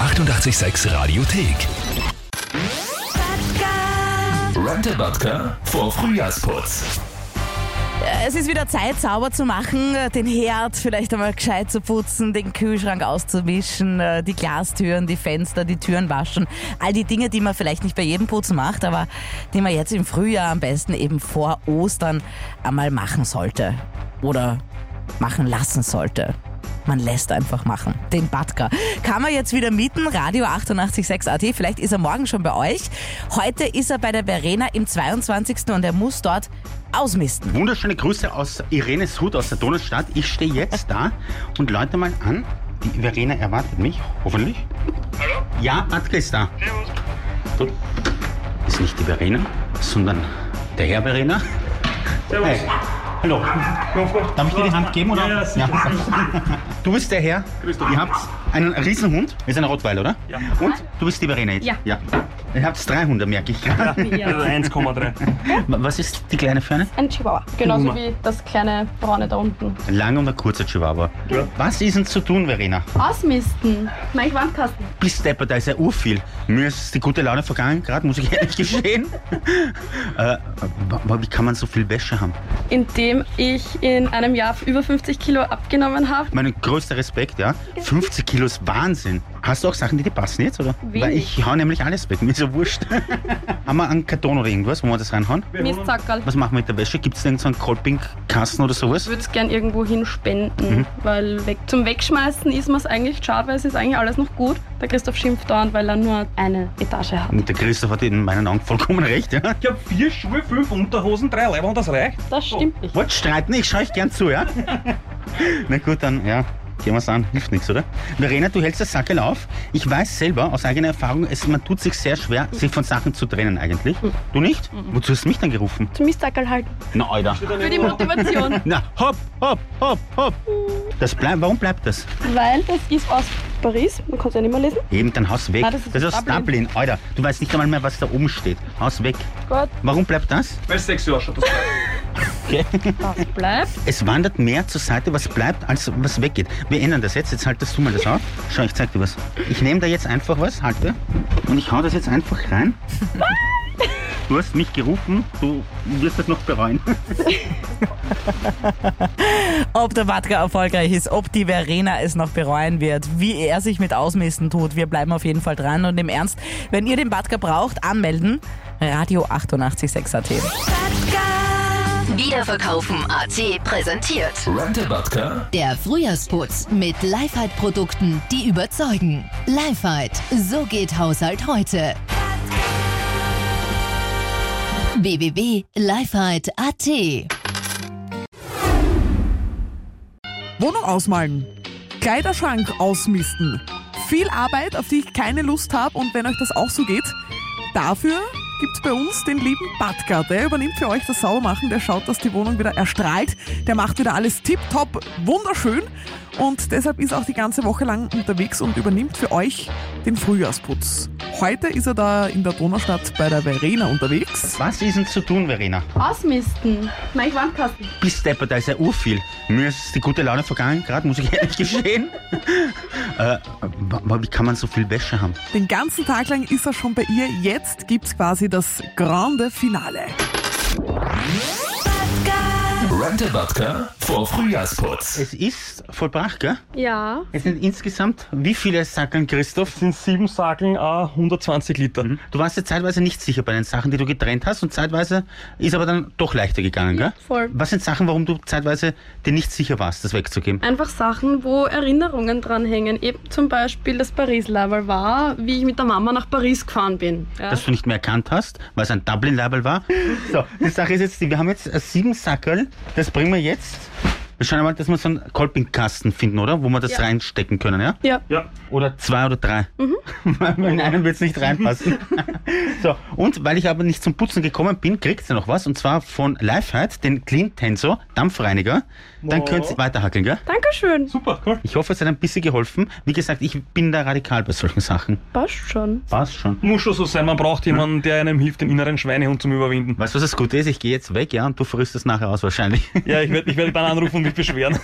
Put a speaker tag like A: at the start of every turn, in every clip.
A: 886 Radiothek. Rante Batka vor Frühjahrsputz.
B: Es ist wieder Zeit, sauber zu machen, äh, den Herd vielleicht einmal gescheit zu putzen, den Kühlschrank auszumischen, äh, die Glastüren, die Fenster, die Türen waschen. All die Dinge, die man vielleicht nicht bei jedem Putzen macht, aber die man jetzt im Frühjahr am besten eben vor Ostern einmal machen sollte. Oder machen lassen sollte. Man lässt einfach machen. Den Batka. Kann man jetzt wieder mieten? Radio 886 AT. Vielleicht ist er morgen schon bei euch. Heute ist er bei der Verena im 22. und er muss dort ausmisten.
C: Wunderschöne Grüße aus Irenes Hut aus der Donaustadt. Ich stehe jetzt da und läute mal an. Die Verena erwartet mich, hoffentlich.
D: Hallo?
C: Ja, Patrick ist da.
D: Servus.
C: Gut. Ist nicht die Verena, sondern der Herr Verena.
D: Servus.
C: Hey. Hallo. Darf ich dir die Hand geben? Oder?
D: Ja, ja, sicher.
C: Du bist der Herr.
D: Christoph.
C: Ihr habt einen Riesenhund. Ist ein Rottweiler, oder?
D: Ja.
C: Und du bist die Verena jetzt?
E: Ja.
C: Ihr habt drei Hunde, merke ich.
D: Also 1,3.
C: Was ist die kleine für eine?
E: Ein Chihuahua. Genauso
D: Uma.
E: wie das kleine braune da unten.
C: Ein langer und ein kurzer Chihuahua.
D: Ja.
C: Was ist denn zu tun, Verena?
E: Ausmisten. Mein Wandkasten.
C: Bis Depper, da ist ja urviel. Mir ist die gute Laune vergangen, gerade muss ich ehrlich gestehen. äh, aber wie kann man so viel Wäsche haben?
E: Indem ich in einem Jahr über 50 Kilo abgenommen habe.
C: Mein größter Respekt, ja. 50 Kilo ist Wahnsinn. Hast du auch Sachen, die dir passen jetzt, oder?
E: Wenig.
C: Weil ich hau nämlich alles weg, mir ist ja wurscht. haben wir einen Karton oder irgendwas, wo wir das reinhauen?
E: Mistsackerl.
C: Was machen wir mit der Wäsche? Gibt es da irgendeinen Kolpingkasten oder sowas?
E: Ich würde es gern irgendwo hin spenden, weil weg, zum Wegschmeißen ist mir es eigentlich schade, weil es ist eigentlich alles noch gut. Der Christoph schimpft dauernd, weil er nur eine Etage hat.
C: Und der Christoph hat in meinen Augen vollkommen recht, ja.
D: Ich habe vier Schuhe, fünf Unterhosen, drei Leiber und das reicht.
E: Das stimmt nicht.
C: Wollt streiten? Ich schaue euch gern zu, ja? Na gut, dann, ja. Gehen wir es an, hilft nichts, oder? Verena, du hältst das Sackel auf. Ich weiß selber aus eigener Erfahrung, es, man tut sich sehr schwer, sich von Sachen zu trennen eigentlich. Du nicht? Wozu hast du mich dann gerufen?
E: Zum Mistsackerl halten.
C: Na, Alter.
E: Für die Motivation.
C: Na, hopp, hopp, hopp, hopp. Das bleibt, warum bleibt das?
E: weil das ist aus Paris. Man kann es ja nicht mehr lesen.
C: Eben, dann haus weg.
E: Na, das ist
C: aus Dublin.
E: Dublin.
C: Alter, du weißt nicht einmal mehr, was da oben steht. Haus weg.
E: Gut,
C: Warum bleibt das?
D: Weil es sexy ausschaut. Das
E: das bleibt.
C: Es wandert mehr zur Seite, was bleibt, als was weggeht. Wir ändern das jetzt. Jetzt haltest du mal das auf. Schau, ich zeig dir was. Ich nehme da jetzt einfach was, halte. Und ich hau das jetzt einfach rein. Du hast mich gerufen, du wirst das noch bereuen.
B: Ob der Watka erfolgreich ist, ob die Verena es noch bereuen wird, wie er sich mit Ausmisten tut, wir bleiben auf jeden Fall dran und im Ernst, wenn ihr den Watka braucht, anmelden. Radio 886 AT.
F: Wiederverkaufen AT präsentiert.
A: Rante Batka
F: Der Frühjahrsputz mit Lifehide-Produkten, die überzeugen. Lifehide, so geht Haushalt heute. www.lifehide.at
G: Wohnung ausmalen, Kleiderschrank ausmisten. Viel Arbeit, auf die ich keine Lust habe und wenn euch das auch so geht, dafür gibt's bei uns den lieben Batka. Der übernimmt für euch das Saubermachen, der schaut, dass die Wohnung wieder erstrahlt, der macht wieder alles tipptopp, wunderschön und deshalb ist er auch die ganze Woche lang unterwegs und übernimmt für euch den Frühjahrsputz. Heute ist er da in der Donaustadt bei der Verena unterwegs.
C: Was ist denn zu tun, Verena?
E: Ausmisten. Mein Wandkasten.
C: Bis Depper, da ist ja urviel. Mir ist die gute Laune vergangen, gerade muss ich ehrlich gestehen. äh, aber wie kann man so viel Wäsche haben?
G: Den ganzen Tag lang ist er schon bei ihr. Jetzt gibt's quasi das Grande Finale.
A: Rante Batka vor Frühjahrsputz.
C: Es ist vollbracht, gell?
E: Ja.
C: Es sind insgesamt wie viele Sackeln, Christoph?
D: sind sieben Sackeln, ah, 120 Liter.
C: Hm? Du warst ja zeitweise nicht sicher bei den Sachen, die du getrennt hast und zeitweise ist aber dann doch leichter gegangen, gell?
E: voll.
C: Was sind Sachen, warum du zeitweise dir nicht sicher warst, das wegzugeben?
E: Einfach Sachen, wo Erinnerungen dranhängen. Eben zum Beispiel das Paris-Level war, wie ich mit der Mama nach Paris gefahren bin. Ja.
C: Dass du nicht mehr erkannt hast, weil es ein Dublin-Label war. So, die Sache ist jetzt, die- wir haben jetzt äh, sieben Sackerl, das bringen wir jetzt. Wir schauen mal, dass wir so einen Kolpingkasten finden, oder? Wo wir das
E: Ja.
C: reinstecken können, ja?
E: ja.
D: Ja.
C: Oder zwei oder drei. Weil in einem wird es nicht reinpassen. so, und weil ich aber nicht zum Putzen gekommen bin, kriegt ihr noch was. Und zwar von Lifehide, den Clean Tensor Dampfreiniger. Dann
D: Wow.
C: könnt ihr weiterhackeln, gell?
E: Dankeschön.
D: Super, cool.
C: Ich hoffe, es hat ein bisschen geholfen. Wie gesagt, ich bin da radikal bei solchen Sachen.
E: Passt schon.
C: Passt schon.
D: Muss schon so sein, man braucht jemanden, der einem hilft, den inneren Schweinehund zum Überwinden.
C: Weißt du, was das Gute ist? Ich gehe jetzt weg, ja, und du frisst es nachher aus wahrscheinlich.
D: Ja, ich werde ich werd dann anrufen und mich beschweren.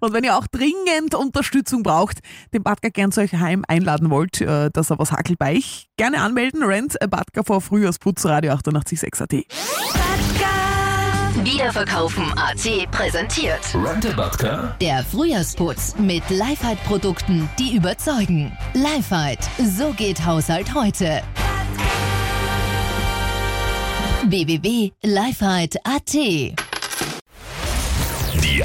G: Und wenn ihr auch dringend Unterstützung braucht, den Badger gern zu euch heim einladen wollt, äh, dass er was hackelbeich, gerne anmelden, rent a Badger vor Frühjahrsputz, Radio 886 AT.
F: Wiederverkaufen AT präsentiert.
A: Rent a Batka
F: Der Frühjahrsputz mit Lifehide-Produkten, die überzeugen. Lifehide, so geht Haushalt heute. www.lifehide.at
A: Die